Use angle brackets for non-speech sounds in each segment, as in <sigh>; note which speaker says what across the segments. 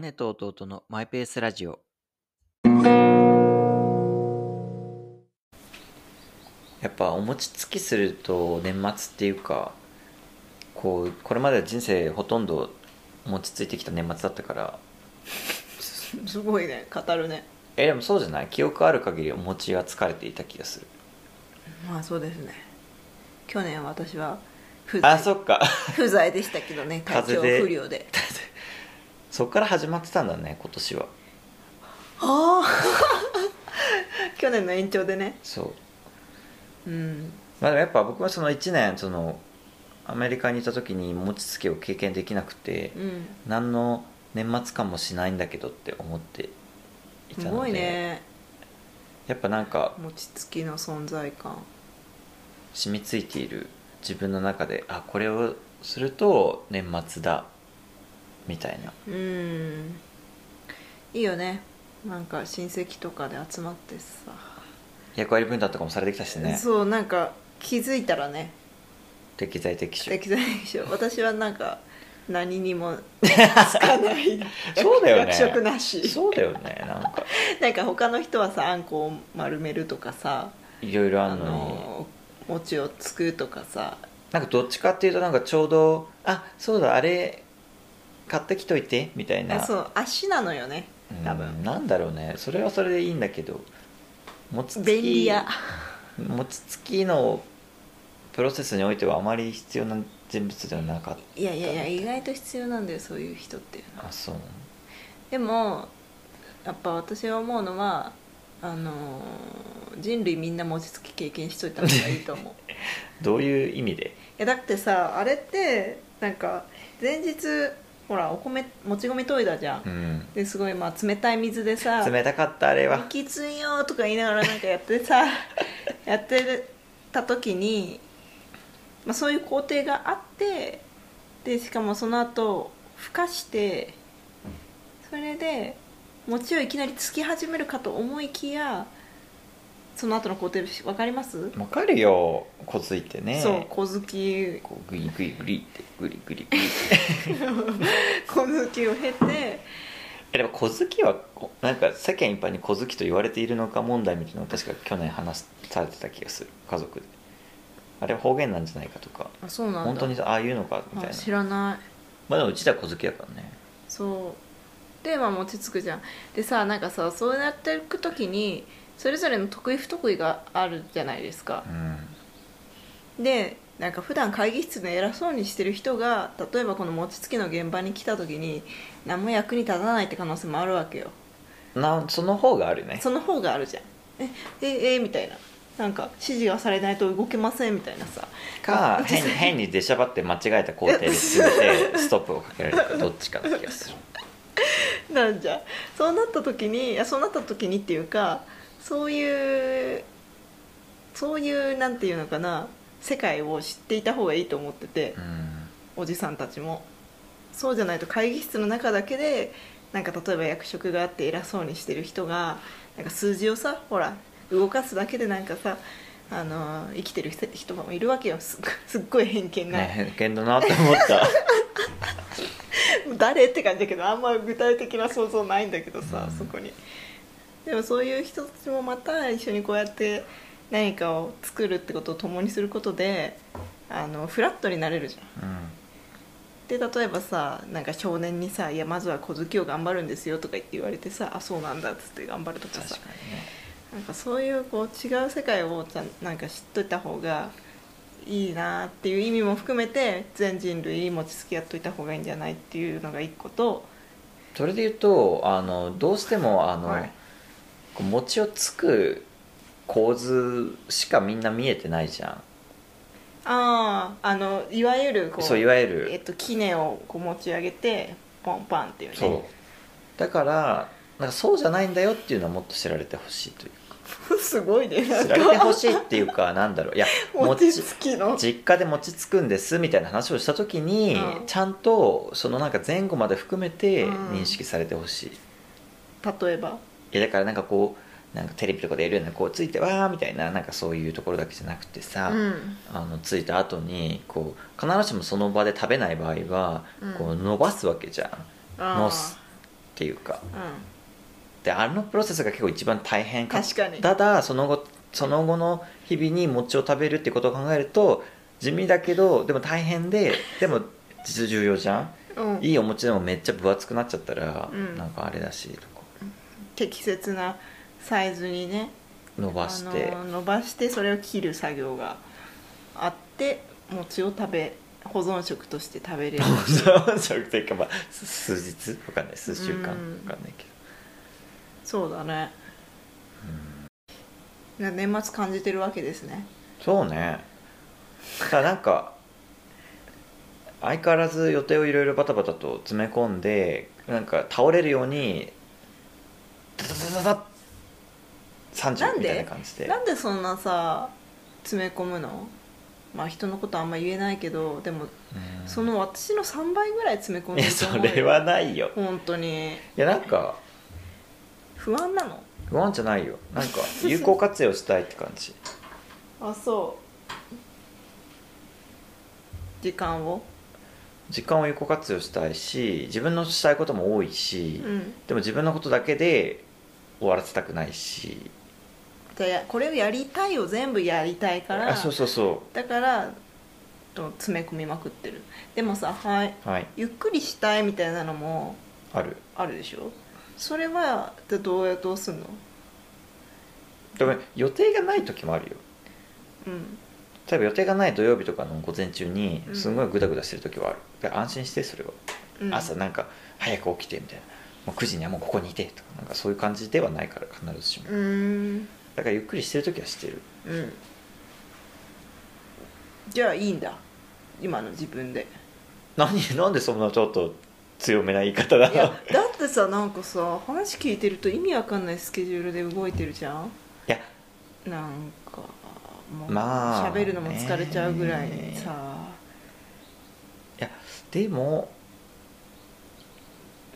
Speaker 1: 姉と弟のマイペースラジオ。やっぱお餅つきすると年末っていうかこうこれまで人生ほとんど餅ついてきた年末だったから
Speaker 2: すごいね語るね
Speaker 1: えでもそうじゃない記憶ある限りお餅は疲れていた気がする
Speaker 2: まあそうですね去年私は不在
Speaker 1: あそっか <laughs>
Speaker 2: 不在でしたけどね
Speaker 1: 風
Speaker 2: 体
Speaker 1: 邪
Speaker 2: 調
Speaker 1: で
Speaker 2: 不良 <laughs> で
Speaker 1: そっから始まってたんだね今年は
Speaker 2: ああ去年の延長でね
Speaker 1: そう
Speaker 2: うん
Speaker 1: まあ、でもやっぱ僕はその1年そのアメリカにいた時に餅つきを経験できなくて
Speaker 2: うん
Speaker 1: 何の年末感もしないんだけどって思ってい
Speaker 2: す
Speaker 1: たの
Speaker 2: ごい
Speaker 1: で、
Speaker 2: ね
Speaker 1: やっぱなんか
Speaker 2: 餅つきの存在感
Speaker 1: 染みついている自分の中であこれをすると年末だみたいな
Speaker 2: うんいいよねなんか親戚とかで集まってさ、
Speaker 1: 役割分担とかもされてきたしね
Speaker 2: そうなんか気づいたらね
Speaker 1: 適材適所
Speaker 2: 適材適所私はなんか何にもつかない
Speaker 1: <laughs> そうだよね
Speaker 2: 役職なし
Speaker 1: そうだよねなんか
Speaker 2: なんか他の人はさあんこを丸めるとかさ
Speaker 1: いろいろあ
Speaker 2: あ
Speaker 1: るのに、
Speaker 2: の餅をつくとかさ
Speaker 1: なんかどっちかっていうとなんかちょうどあそうだあれ買ってきといてみたいな
Speaker 2: あそう足なのよね多分
Speaker 1: うんなんだろうねそれはそれでいいんだけど餅つ
Speaker 2: 便利
Speaker 1: き
Speaker 2: 屋
Speaker 1: 餅つきのプロセスにおいてはあまり必要な人物ではなかっ
Speaker 2: いやいやいや意外と必要なんだよそういう人っていうの
Speaker 1: たあそう
Speaker 2: でもやっぱ私が思うのはあのー人類みんな餅つき経験しといた方がいいと思うい
Speaker 1: どういう意味で
Speaker 2: やだってさあれってなんか前日ほらお米もち米研いだじゃん、
Speaker 1: うん
Speaker 2: ですごいまあ冷たい水でさ
Speaker 1: 冷たかったあれは
Speaker 2: 「きついよ」とか言いながらなんかやって
Speaker 1: <laughs>
Speaker 2: さやってた時に、まあ、そういう工程があってでしかもその後ふかしてそれで餅をいきなりつき始めるかと思いきやその後の工程分かります、
Speaker 1: わかるよこついてね
Speaker 2: そう小豆
Speaker 1: こうグリグリグリってグリグリグリ
Speaker 2: 小豆を経て
Speaker 1: えでも小好きはこなんか世間一般に小好きと言われているのか問題みたいなのを確か去年話されてた気がする家族であれは方言なんじゃないかとか
Speaker 2: あそうなんだ
Speaker 1: 本当にああいうのかみたい
Speaker 2: あ
Speaker 1: な
Speaker 2: 知らない
Speaker 1: まあでもうちでは小好きだからね
Speaker 2: そうでまあ餅つくじゃんでさなんかさそうやっていく時にそれぞれの得意不得意があるじゃないですか
Speaker 1: うん
Speaker 2: でなんか普段会議室で偉そうにしてる人が例えばこの餅つきの現場に来た時に何も役に立たないって可能性もあるわけよ
Speaker 1: なその方があるね
Speaker 2: その方があるじゃんえええみたいななんか指示がされないと動けませんみたいなさ
Speaker 1: か変に変に出しゃばって間違えた工程で進め <laughs> てストップをかけられるかどっちかな気がする
Speaker 2: なんじゃそうなった時にいやそうなった時にっていうかそういうそういうなんていうのかな世界を知っていた方がいいと思ってて
Speaker 1: うん
Speaker 2: おじさんたちもそうじゃないと会議室の中だけでなんか例えば役職があって偉そうにしてる人がなんか数字をさほら動かすだけでなんかさあの生きてる人人もいるわけよすっごいすっごい偏見が、
Speaker 1: ね偏見だなと思った <laughs>
Speaker 2: 誰って感じだけどあんま具体的な想像ないんだけどさ、
Speaker 1: うん
Speaker 2: そこにでもそういう人たちもまた一緒にこうやって何かを作るってことを共にすることであのフラットになれるじゃん
Speaker 1: うん
Speaker 2: で例えばさなんか少年にさ「いやまずは小豆を頑張るんですよ」とか言って言われてさ「あそうなんだ」っつって頑張るとか
Speaker 1: 確
Speaker 2: さ
Speaker 1: かにね
Speaker 2: なんかそういうこう違う世界をちゃんなんか知っといた方がいいなっていう意味も含めて全人類餅つきやっといた方がいいんじゃないっていうのが一個と
Speaker 1: それで言うとあのどうしてもあの、
Speaker 2: はい
Speaker 1: こう餅をつく構図しかみんな見えてないじゃ
Speaker 2: あああのいわゆるこ
Speaker 1: ん
Speaker 2: う
Speaker 1: そういわゆる、
Speaker 2: えっと、きねをこう持ち上げてポンパンっていうね
Speaker 1: そうだからなんかそうじゃないんだよっていうのはもっと知られてほしい <laughs> という
Speaker 2: すごいねなん
Speaker 1: 知られて
Speaker 2: か
Speaker 1: ほしいっていうかなんだろうい <laughs> や
Speaker 2: 餅つきの
Speaker 1: <laughs> 実家で餅つくんですみたいな話をした時に、
Speaker 2: うん
Speaker 1: ちゃんとそのなんか前後まで含めて
Speaker 2: うん
Speaker 1: 認識されてほしい,、い
Speaker 2: 例えば
Speaker 1: やだからなんかこうなんかテレビとかでやるようなこうついてわーみたいななんかそういうところだけじゃなくてさ、
Speaker 2: うん
Speaker 1: あのついた後にこう必ずしもその場で食べない場合は、
Speaker 2: うん
Speaker 1: こう伸ばすわけじゃん
Speaker 2: あー
Speaker 1: のすていうか
Speaker 2: う
Speaker 1: であのプロセスが結構一番大変か
Speaker 2: 確かに
Speaker 1: ただその後その後の日々に餅を食べるってことを考えると地味だけどでも大変ででも実重要じゃん
Speaker 2: ん、うん、
Speaker 1: いいお餅でもめっちゃ分厚くなっちゃったら、
Speaker 2: うん
Speaker 1: なんかあれだしとか
Speaker 2: 適切なサイズにね
Speaker 1: 伸ばして、 <laughs>
Speaker 2: あの伸ばしてそれを切る作業があって餅を食べ保存食として食べれる
Speaker 1: 保存食というか、まあ、数数日わかんない数週間わか
Speaker 2: うん
Speaker 1: んないけ
Speaker 2: そうだねな年末感じてるわけですね
Speaker 1: ど、そうねただからなんか相変わらず予定をいろいろバタバタと詰め込んでなんか倒れるようにダダダダダ
Speaker 2: な
Speaker 1: 30
Speaker 2: ん
Speaker 1: みたいな
Speaker 2: で
Speaker 1: 感じで
Speaker 2: なんでそんなさ詰め込むのまあ人のことあんま言えないけどでも
Speaker 1: うん
Speaker 2: その私の3倍ぐらい詰め込ん
Speaker 1: い
Speaker 2: で
Speaker 1: や
Speaker 2: ると
Speaker 1: そ
Speaker 2: 思うよ
Speaker 1: れはないよ
Speaker 2: 本当に
Speaker 1: いやなんか
Speaker 2: 不安なの
Speaker 1: 不安じゃないよなんか有効活用したいって感じ
Speaker 2: あそう時間を
Speaker 1: 時間を有効活用したいし自分のしたいことも多いし、
Speaker 2: うん
Speaker 1: でも自分のことだけで終わらせたくないし
Speaker 2: じゃあやこれをやりたいを全部やりたいから
Speaker 1: あそうそうそ
Speaker 2: だからと詰め込みまくってるでもさ、はい、
Speaker 1: うはい
Speaker 2: ゆっくりしたいみたいなのも
Speaker 1: ある
Speaker 2: あるでしょそれはでどうどうすんの
Speaker 1: でも予定がない時もあるよ
Speaker 2: うん
Speaker 1: 例えば予定がない土曜日とかの午前中に
Speaker 2: うん
Speaker 1: すごいグダグダしてる時はあるだから安心してそれは、
Speaker 2: うん
Speaker 1: 朝なんか早く起きてみたいなもう9時にはもうここにいてとかなんかそういう感じではないから必ずしも
Speaker 2: うーん
Speaker 1: だからゆっくりしてる時はしてる
Speaker 2: うんじゃあいいんだ今の自分で
Speaker 1: 何なんでそんなちょっと強めな言い方だ <laughs>
Speaker 2: いやだってさなんかさ話聞いてると意味わかんないスケジュールで動いてるじゃん
Speaker 1: いや
Speaker 2: なんかもう
Speaker 1: まあ
Speaker 2: 喋るのも疲れちゃうぐらいさ、
Speaker 1: でも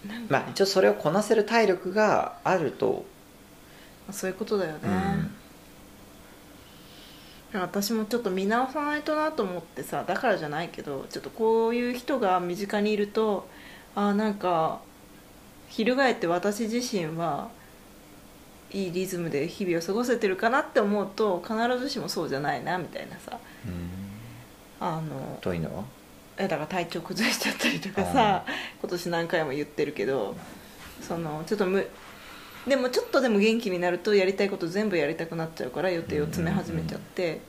Speaker 2: なんか
Speaker 1: まあ一応それをこなせる体力があると、
Speaker 2: そういうことだよね、
Speaker 1: うん
Speaker 2: 私もちょっと見直さないとなと思ってさだからじゃないけどちょっとこういう人が身近にいるとあーなんか翻って私自身はいいリズムで日々を過ごせてるかなって思うと必ずしもそうじゃないなみたいなさあの
Speaker 1: というのは
Speaker 2: えだから体調崩しちゃったりとかさ今年何回も言ってるけどそのちょっとむでもちょっとでも元気になるとやりたいこと全部やりたくなっちゃうから予定を詰め始めちゃって、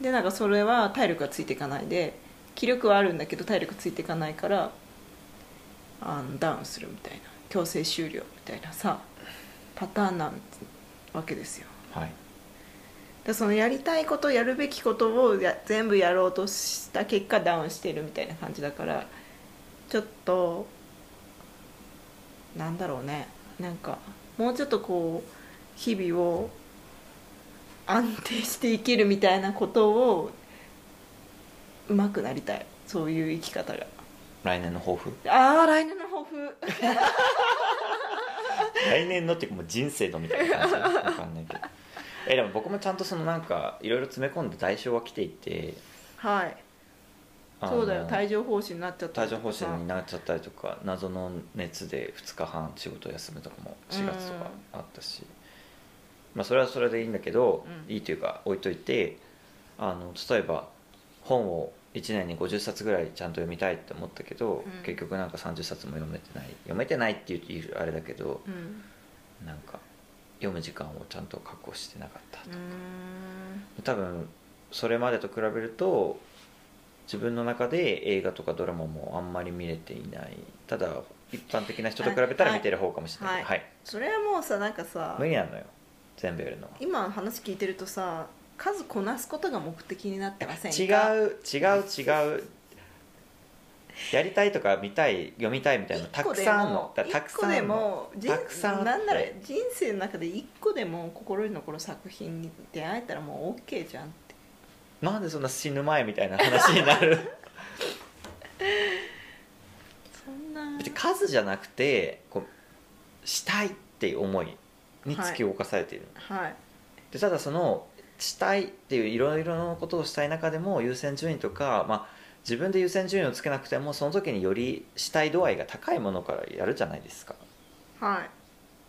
Speaker 2: でなんかそれは体力がついていかないで気力はあるんだけど体力ついていかないからあのダウンするみたいな強制終了みたいなさパターンなわけですよ。
Speaker 1: はい
Speaker 2: でそのやりたいことやるべきことをや全部やろうとした結果ダウンしてるみたいな感じだからちょっとなんだろうねなんかもうちょっとこう日々を安定して生きるみたいなことをうまくなりたいそういう生き方が
Speaker 1: 来年の抱負
Speaker 2: あー来年の抱
Speaker 1: <laughs>
Speaker 2: 負
Speaker 1: 来年のっていうかもう人生のみたいな感じわかんないけどえでも僕もちゃんとそのなんかいろいろ詰め込んで代償は来ていて
Speaker 2: はい
Speaker 1: あの
Speaker 2: そうだよ帯状疱疹になっちゃった
Speaker 1: 帯
Speaker 2: り
Speaker 1: 状
Speaker 2: とか
Speaker 1: 疱疹になっちゃったりとか謎の熱で2日半仕事休むとかも4月とかあったし、まあ、それはそれでいいんだけど、
Speaker 2: うん
Speaker 1: いいというか置いといてあの例えば本を1年に50冊ぐらいちゃんと読みたいって思ったけど、
Speaker 2: うん
Speaker 1: 結局なんか30冊も読めてない読めてないっていうとあれだけど
Speaker 2: うんう
Speaker 1: なんか読む時間をちゃんと確保してなかった
Speaker 2: ーん
Speaker 1: 多分それまでと比べると自分の中で映画とかドラマもあんまり見れていないただ一般的な人と比べたら見てる方かもしれない、
Speaker 2: は
Speaker 1: はい
Speaker 2: いそれはもうさなんかさ
Speaker 1: 無理なのよ全部やるのは
Speaker 2: 今の話聞いてるとさ数こなすことが目的になってませんか
Speaker 1: 違う違う違うやりたいとか見たい読みたいみたいなのたくさんあるのだからた
Speaker 2: 1
Speaker 1: く
Speaker 2: 個
Speaker 1: さんあ
Speaker 2: で
Speaker 1: るの
Speaker 2: も人
Speaker 1: たくさんあって
Speaker 2: なんなら人生の中で1個でも心に残る作品に出会えたらもう OK じゃんって
Speaker 1: なんでそんな死ぬ前みたいな話になる
Speaker 2: そんな
Speaker 1: 別に数じゃなくてこうしたいっていう思いに突き動かされているの、
Speaker 2: はい
Speaker 1: でただそのしたいっていういろいろなことをしたい中でも優先順位とか、まあ、自分で優先順位をつけなくてもその時により主体度合いが高いものからやるじゃないですか
Speaker 2: はい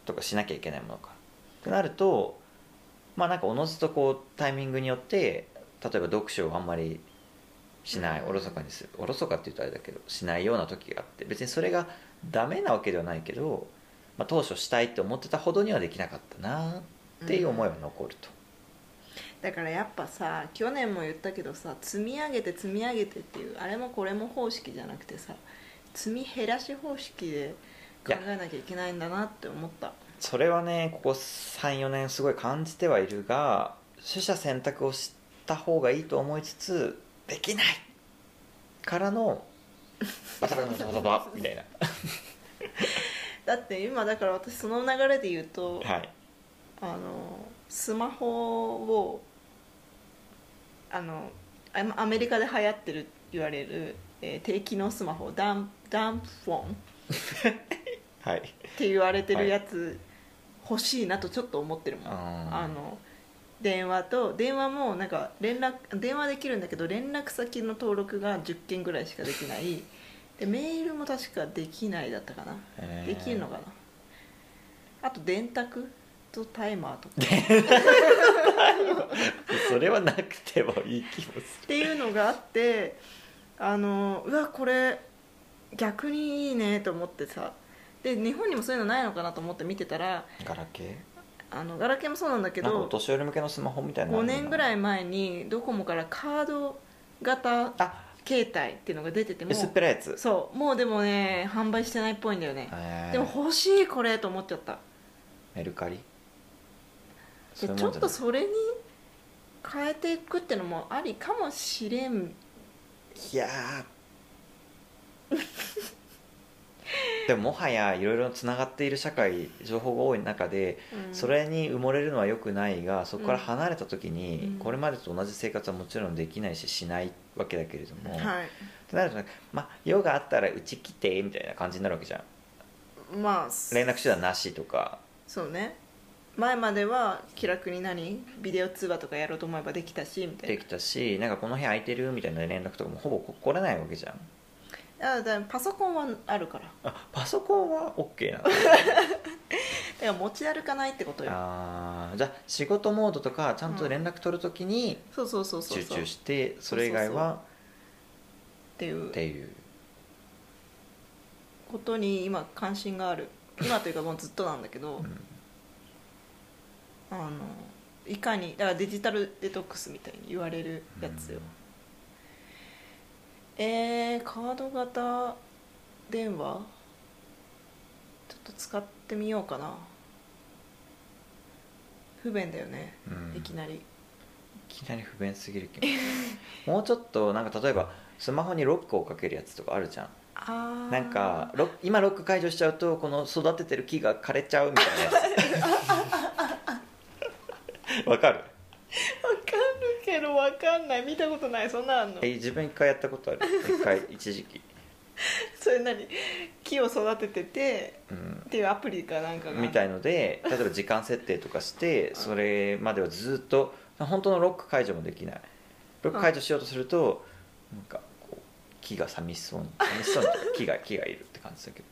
Speaker 1: とかしなきゃいけないものからってなるとまあなんかおのずとこうタイミングによって例えば読書をあんまりしない
Speaker 2: うん
Speaker 1: おろそかにするおろそかって言うとあれだけどしないような時があって別にそれがダメなわけではないけど、まあ、当初したいって思ってたほどにはできなかったなっていう思いは残ると、
Speaker 2: だからやっぱさ去年も言ったけどさ積み上げて積み上げてっていうあれもこれも方式じゃなくてさ積み減らし方式で考えなきゃいけないんだなって思った
Speaker 1: それはねここ34年すごい感じてはいるが取捨選択をした方がいいと思いつつできないからのバタバタバタバタバタみたいな
Speaker 2: だって今だから私その流れで言うと、
Speaker 1: はい
Speaker 2: あのスマホをあのあアメリカで流行ってるって言われる、えー低機能スマホダンダンプフォンっ
Speaker 1: はい
Speaker 2: て言われてるやつ欲しいなとちょっと思ってるもん、あ
Speaker 1: あの
Speaker 2: の電話と電話もなんか連絡電話できるんだけど連絡先の登録が10件ぐらいしかできないでメールも確かできないだったかな
Speaker 1: へー
Speaker 2: できるのかなあと電卓とタイマーとか
Speaker 1: それはなくてもいい気もす
Speaker 2: っていうのがあってあのうわこれ逆にいいねと思ってさで日本にもそういうのないのかなと思って見てたら
Speaker 1: るガラケ
Speaker 2: あのガラケーもそうなんだけ
Speaker 1: ーなんか
Speaker 2: ど
Speaker 1: お年寄り向けのスマホみたいな
Speaker 2: 5年ぐら
Speaker 1: い
Speaker 2: い前にドコモからカード型
Speaker 1: あ
Speaker 2: 携帯っていうのが出てても
Speaker 1: 薄っぺらいやつ
Speaker 2: そうもうでもね販売してないっぽいんだよね
Speaker 1: へー
Speaker 2: でも欲しいこれと思っちゃった
Speaker 1: メルカリ
Speaker 2: で
Speaker 1: そういう
Speaker 2: ち
Speaker 1: もん
Speaker 2: ょっ
Speaker 1: じゃ
Speaker 2: と
Speaker 1: ない
Speaker 2: それに変えていくってのもありかもしれん
Speaker 1: いやーでももはやいろいろつながっている社会情報が多い中で
Speaker 2: うん
Speaker 1: それに埋もれるのは良くないがそこから
Speaker 2: うん
Speaker 1: 離れた時に、
Speaker 2: うん
Speaker 1: これまでと同じ生活はもちろんできないししないわけだけれども、っ
Speaker 2: はい
Speaker 1: てなるとなんかまあ用があったらうち来てみたいな感じになるわけじゃん
Speaker 2: まあ
Speaker 1: 連絡手段なしとか
Speaker 2: そうね前までは気楽に何ビデオ通話とかやろうと思えばできたしみた
Speaker 1: で
Speaker 2: い
Speaker 1: きたしなんかこの辺空いてるみたいな連絡とかもほぼ来れないわけじゃん
Speaker 2: なあだからパソコンはあるから
Speaker 1: あパソコンは OK なの
Speaker 2: だから持ち歩かないってことよ
Speaker 1: あーじゃあ仕事モードとかちゃんと連絡取るときに
Speaker 2: そうそうそうそう
Speaker 1: 集
Speaker 2: そうっ
Speaker 1: 中してそれ以外は
Speaker 2: ていう
Speaker 1: っていう
Speaker 2: ことに今関心がある今というかもうずっとなんだけど、
Speaker 1: ん
Speaker 2: あのいかにだからデジタルデトックスみたいに言われるやつよ、えー、カード型電話ちょっと使ってみようかな不便だよね、
Speaker 1: うん
Speaker 2: いきなり
Speaker 1: いきなり不便すぎるけどもうちょっとなんか例えばスマホにロックをかけるやつとかあるじゃん
Speaker 2: あー
Speaker 1: なんかロック今ロック解除しちゃうとこの育ててる木が枯れちゃうみたいな
Speaker 2: <laughs>
Speaker 1: やつわかる
Speaker 2: わかるけどわかんない見たことないそんなあんの
Speaker 1: え自分一回やったことある一回一時期、
Speaker 2: それ何木を育ててて
Speaker 1: うん、
Speaker 2: っていうアプリかなんかが
Speaker 1: みた
Speaker 2: い
Speaker 1: いので例えば時間設定とかしてそれまではずっと本当のロック解除もできないロック解除しようとするとなんかこう木が寂しそうに寂
Speaker 2: <laughs>
Speaker 1: しそうにというか木が木がいるって感じだけど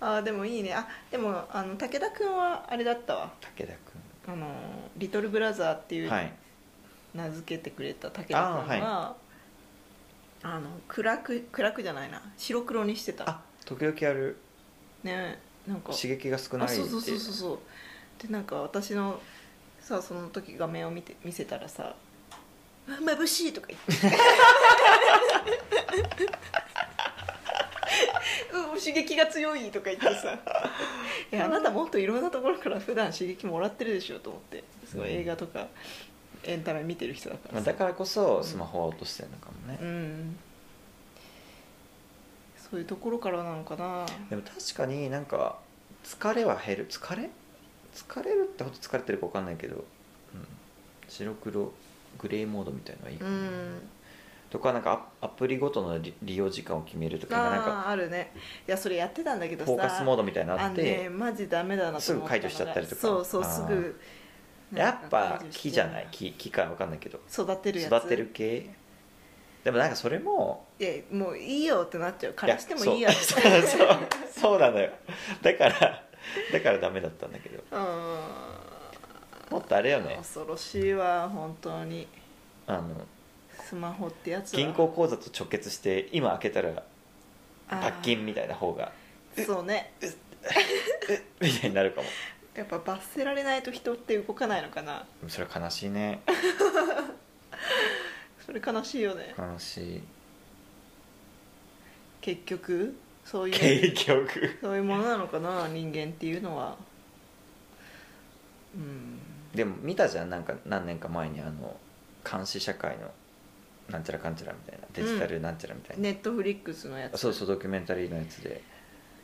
Speaker 2: ああでもいいねあでもあの武田君はあれだったわ
Speaker 1: 武田
Speaker 2: あのリトルブラザーってい
Speaker 1: 君
Speaker 2: う
Speaker 1: はい
Speaker 2: 名付けてくれた武田君は、
Speaker 1: あー
Speaker 2: あの暗く暗くじゃないな白黒にしてた
Speaker 1: あ時々やる
Speaker 2: ねなんか
Speaker 1: 刺激が少な
Speaker 2: あ
Speaker 1: いって
Speaker 2: そうそうそうそうそうでなんか私のさその時画面を見て見せたらさ「うわ眩しい」とか言って <laughs> 「うん刺激が強い」とか言ってさ「いやあなたもっといろんなところから普段刺激もらってるでしょ」と思ってすごい映画とかエンタメ見てる人だか
Speaker 1: ま
Speaker 2: ら
Speaker 1: あ
Speaker 2: さ
Speaker 1: だからこそスマホは落としてるのかもね、
Speaker 2: うんそういうところからなのかな
Speaker 1: でも確かになんか疲れは減る疲れ疲れるってほど疲れてるか分かんないけど、うん、白黒グレーモードみたいのはいいか
Speaker 2: う
Speaker 1: もね
Speaker 2: ん
Speaker 1: とかなんかアアプリごとの利利用時間を決めるとか今なんか
Speaker 2: あーあるねいやそれやってたんだけどさ
Speaker 1: フォーカスモードみたいなのあ
Speaker 2: あ
Speaker 1: っ
Speaker 2: の
Speaker 1: て
Speaker 2: ねマジダメだなと思
Speaker 1: すぐ
Speaker 2: ったのが
Speaker 1: 解除しちゃったりとか
Speaker 2: そうそう
Speaker 1: あー
Speaker 2: すぐ
Speaker 1: やっぱ木じゃない
Speaker 2: 育
Speaker 1: 木木かわかんないけど
Speaker 2: てるやつ
Speaker 1: 育てる系でもなんかそれも
Speaker 2: いやもういいよってなっちゃう枯らしてもいいや
Speaker 1: や
Speaker 2: って
Speaker 1: そうそうそうそうなのよだからだからダメだったんだけど
Speaker 2: <laughs> うー
Speaker 1: もっとあれよ
Speaker 2: ん
Speaker 1: ね
Speaker 2: 恐ろしいわ本当に
Speaker 1: あの
Speaker 2: スマホってやつは
Speaker 1: 銀行口座と直結して今開けたら
Speaker 2: あー
Speaker 1: 罰金みたいな方が
Speaker 2: そうね
Speaker 1: みたいになるかも
Speaker 2: やっぱ罰せられないと人って動かないのかな
Speaker 1: でもそれは悲しいね
Speaker 2: それ悲しいよね
Speaker 1: 悲しい
Speaker 2: 結局そういう
Speaker 1: 結局
Speaker 2: そういうものなのかな人間っていうのはうん
Speaker 1: でも見たじゃんなんか何年か前にあの監視社会のなんちゃらかんちゃらみたいなデジタルなんちゃらみたいな、
Speaker 2: ネットフリックスのやつ
Speaker 1: そうそうドキュメンタリーのやつで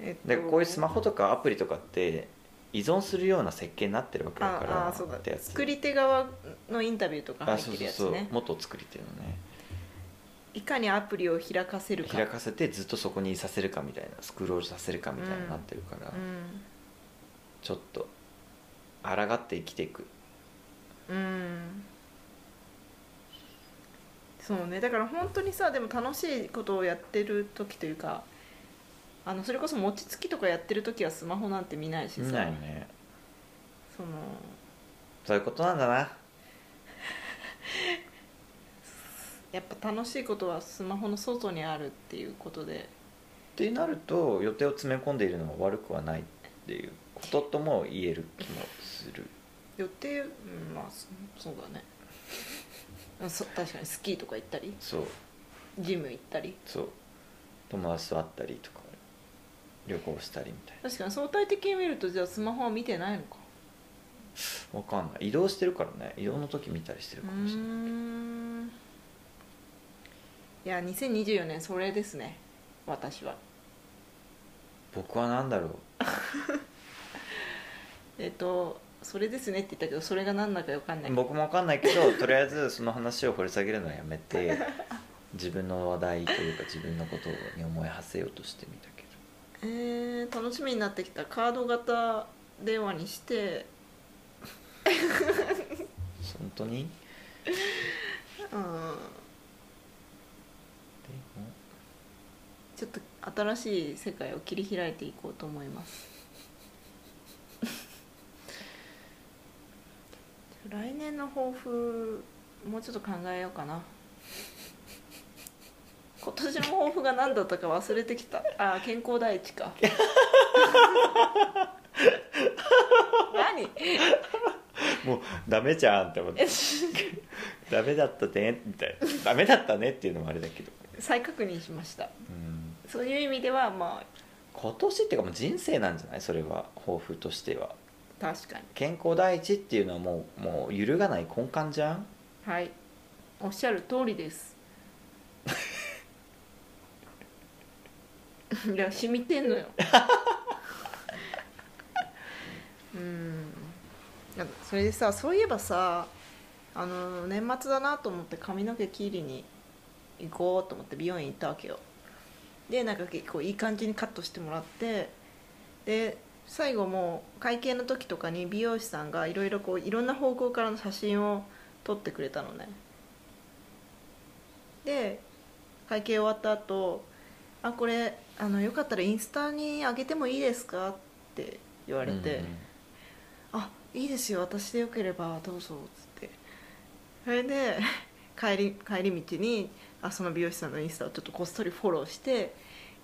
Speaker 2: えっと
Speaker 1: でこういうスマホとかアプリとかって依存するような設計になってるわけだか
Speaker 2: あ
Speaker 1: ら
Speaker 2: あそうだ
Speaker 1: ってやつ
Speaker 2: 作り手側のインタビューとか
Speaker 1: あ
Speaker 2: 入っ
Speaker 1: そう
Speaker 2: てる
Speaker 1: そうそ
Speaker 2: やつ
Speaker 1: う
Speaker 2: ね
Speaker 1: 元作り手のね
Speaker 2: いかにアプリを開かせるか
Speaker 1: 開かせてずっとそこにいさせるかみたいなスクロールさせるかみたいになってるから、
Speaker 2: う
Speaker 1: ちょっと抗って生きていく
Speaker 2: ん、うん、そうねだから本当にさでも楽しいことをやってる時というかあのそれこそ餅つきとかやってる時はスマホなんて見ないし
Speaker 1: 見
Speaker 2: さ
Speaker 1: ないね
Speaker 2: その
Speaker 1: そういうことなんだな
Speaker 2: やっぱ楽しいことはスマホの外にあるっていうことで
Speaker 1: ってなると予定を詰め込んでいるのは悪くはないっていうこととも言える気もする
Speaker 2: 予定、うん、まあそそうだねうんそ確かにスキーとか行ったり
Speaker 1: そう
Speaker 2: ジム行ったり
Speaker 1: そう友達と会ったりとか旅行したりみたい
Speaker 2: 確かに相対的に見るとじゃあスマホは見てないのか
Speaker 1: なわかんない移動してるからね移動の時見たりしてる
Speaker 2: う
Speaker 1: かもしれない
Speaker 2: ーんいや2024年それですね私は
Speaker 1: 僕は何だろう
Speaker 2: えっとそれですねって言ったけどそれが何だか分かんない
Speaker 1: 僕もわかんないけど <laughs> とりあえずその話を掘り下げるのはやめて自分の話題というか自分のことに思い馳せようとしてみたけ
Speaker 2: えー、楽しみになってきたカード型電話にして
Speaker 1: ど本当にで
Speaker 2: うん
Speaker 1: も
Speaker 2: ちょっと新しい世界を切り開いていこうと思います来年の抱負もうちょっと考えようかな今年の抱負が何だったか忘れてきたあー健康第一 <laughs> か何 <laughs>
Speaker 1: もうダメじゃんって思ってダメだったねみたいなダメだったねっていうのもあれだけど
Speaker 2: 再確認しました
Speaker 1: うん
Speaker 2: そういう意味ではまあ
Speaker 1: 今年っていうかもう人生なんじゃないそれは抱負としては
Speaker 2: 確かに
Speaker 1: 健康第一っていうのはもうもう揺るがない根幹じゃん
Speaker 2: はいおっしゃる通りですいや染みてんのようんなんかそれでさそういえばさあの年末だなと思って髪の毛切りに行こうと思って美容院行ったわけよでなんか結構いい感じにカットしてもらってで最後もう会計の時とかに美容師さんがいろいろこういろんな方向からの写真を撮ってくれたのねで会計終わった後あこれあのよかったらインスタに上げてもいいですか?」って言われて「
Speaker 1: うんうん
Speaker 2: あいいですよ私でよければどうぞ」っつってそれで <laughs> 帰り帰り道にあその美容師さんのインスタをちょっとこっそりフォローして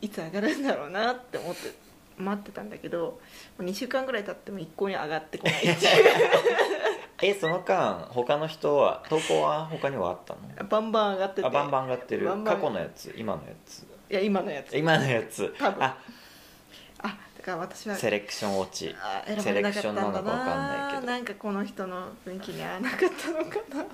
Speaker 2: いつ上がるんだろうなって思って待ってたんだけどもう2週間ぐらい経っても一向に上がってこないって
Speaker 1: <laughs>
Speaker 2: いう
Speaker 1: えその間他の人は投稿は他にはあったの
Speaker 2: バンバン上がってて
Speaker 1: あバンバン上がってる
Speaker 2: バンバン
Speaker 1: 過去のやつ今のやつ
Speaker 2: いや今のやつ
Speaker 1: 今のやつ
Speaker 2: 多分
Speaker 1: あ
Speaker 2: あだから私は
Speaker 1: セレクション落ち
Speaker 2: あ選ばれなかったんだ
Speaker 1: セレクションなのかわかんない
Speaker 2: な
Speaker 1: けど
Speaker 2: なんかこの人の雰囲気に合わなかったのかな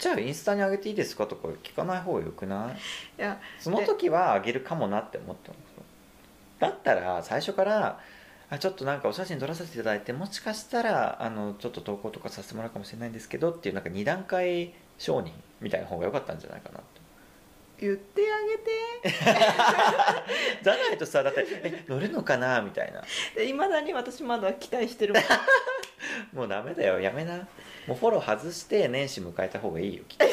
Speaker 1: じゃあインスタに上げていいですかとか聞かない方がよくない
Speaker 2: いや
Speaker 1: その時はあげるかもなって思ったのだったら最初からあちょっとなんかお写真撮らせていただいてもしかしたらあのちょっと投稿とかさせてもらうかもしれないんですけどっていうなんか2段階承認みたいな方が良かったんじゃないかなと
Speaker 2: 言ってあげて
Speaker 1: じゃないとさだって「え乗るのかな?」みたいない
Speaker 2: まだに私まだ期待してるもん
Speaker 1: もうダメだよやめなもうフォロー外して年始迎えた方がいいよきっと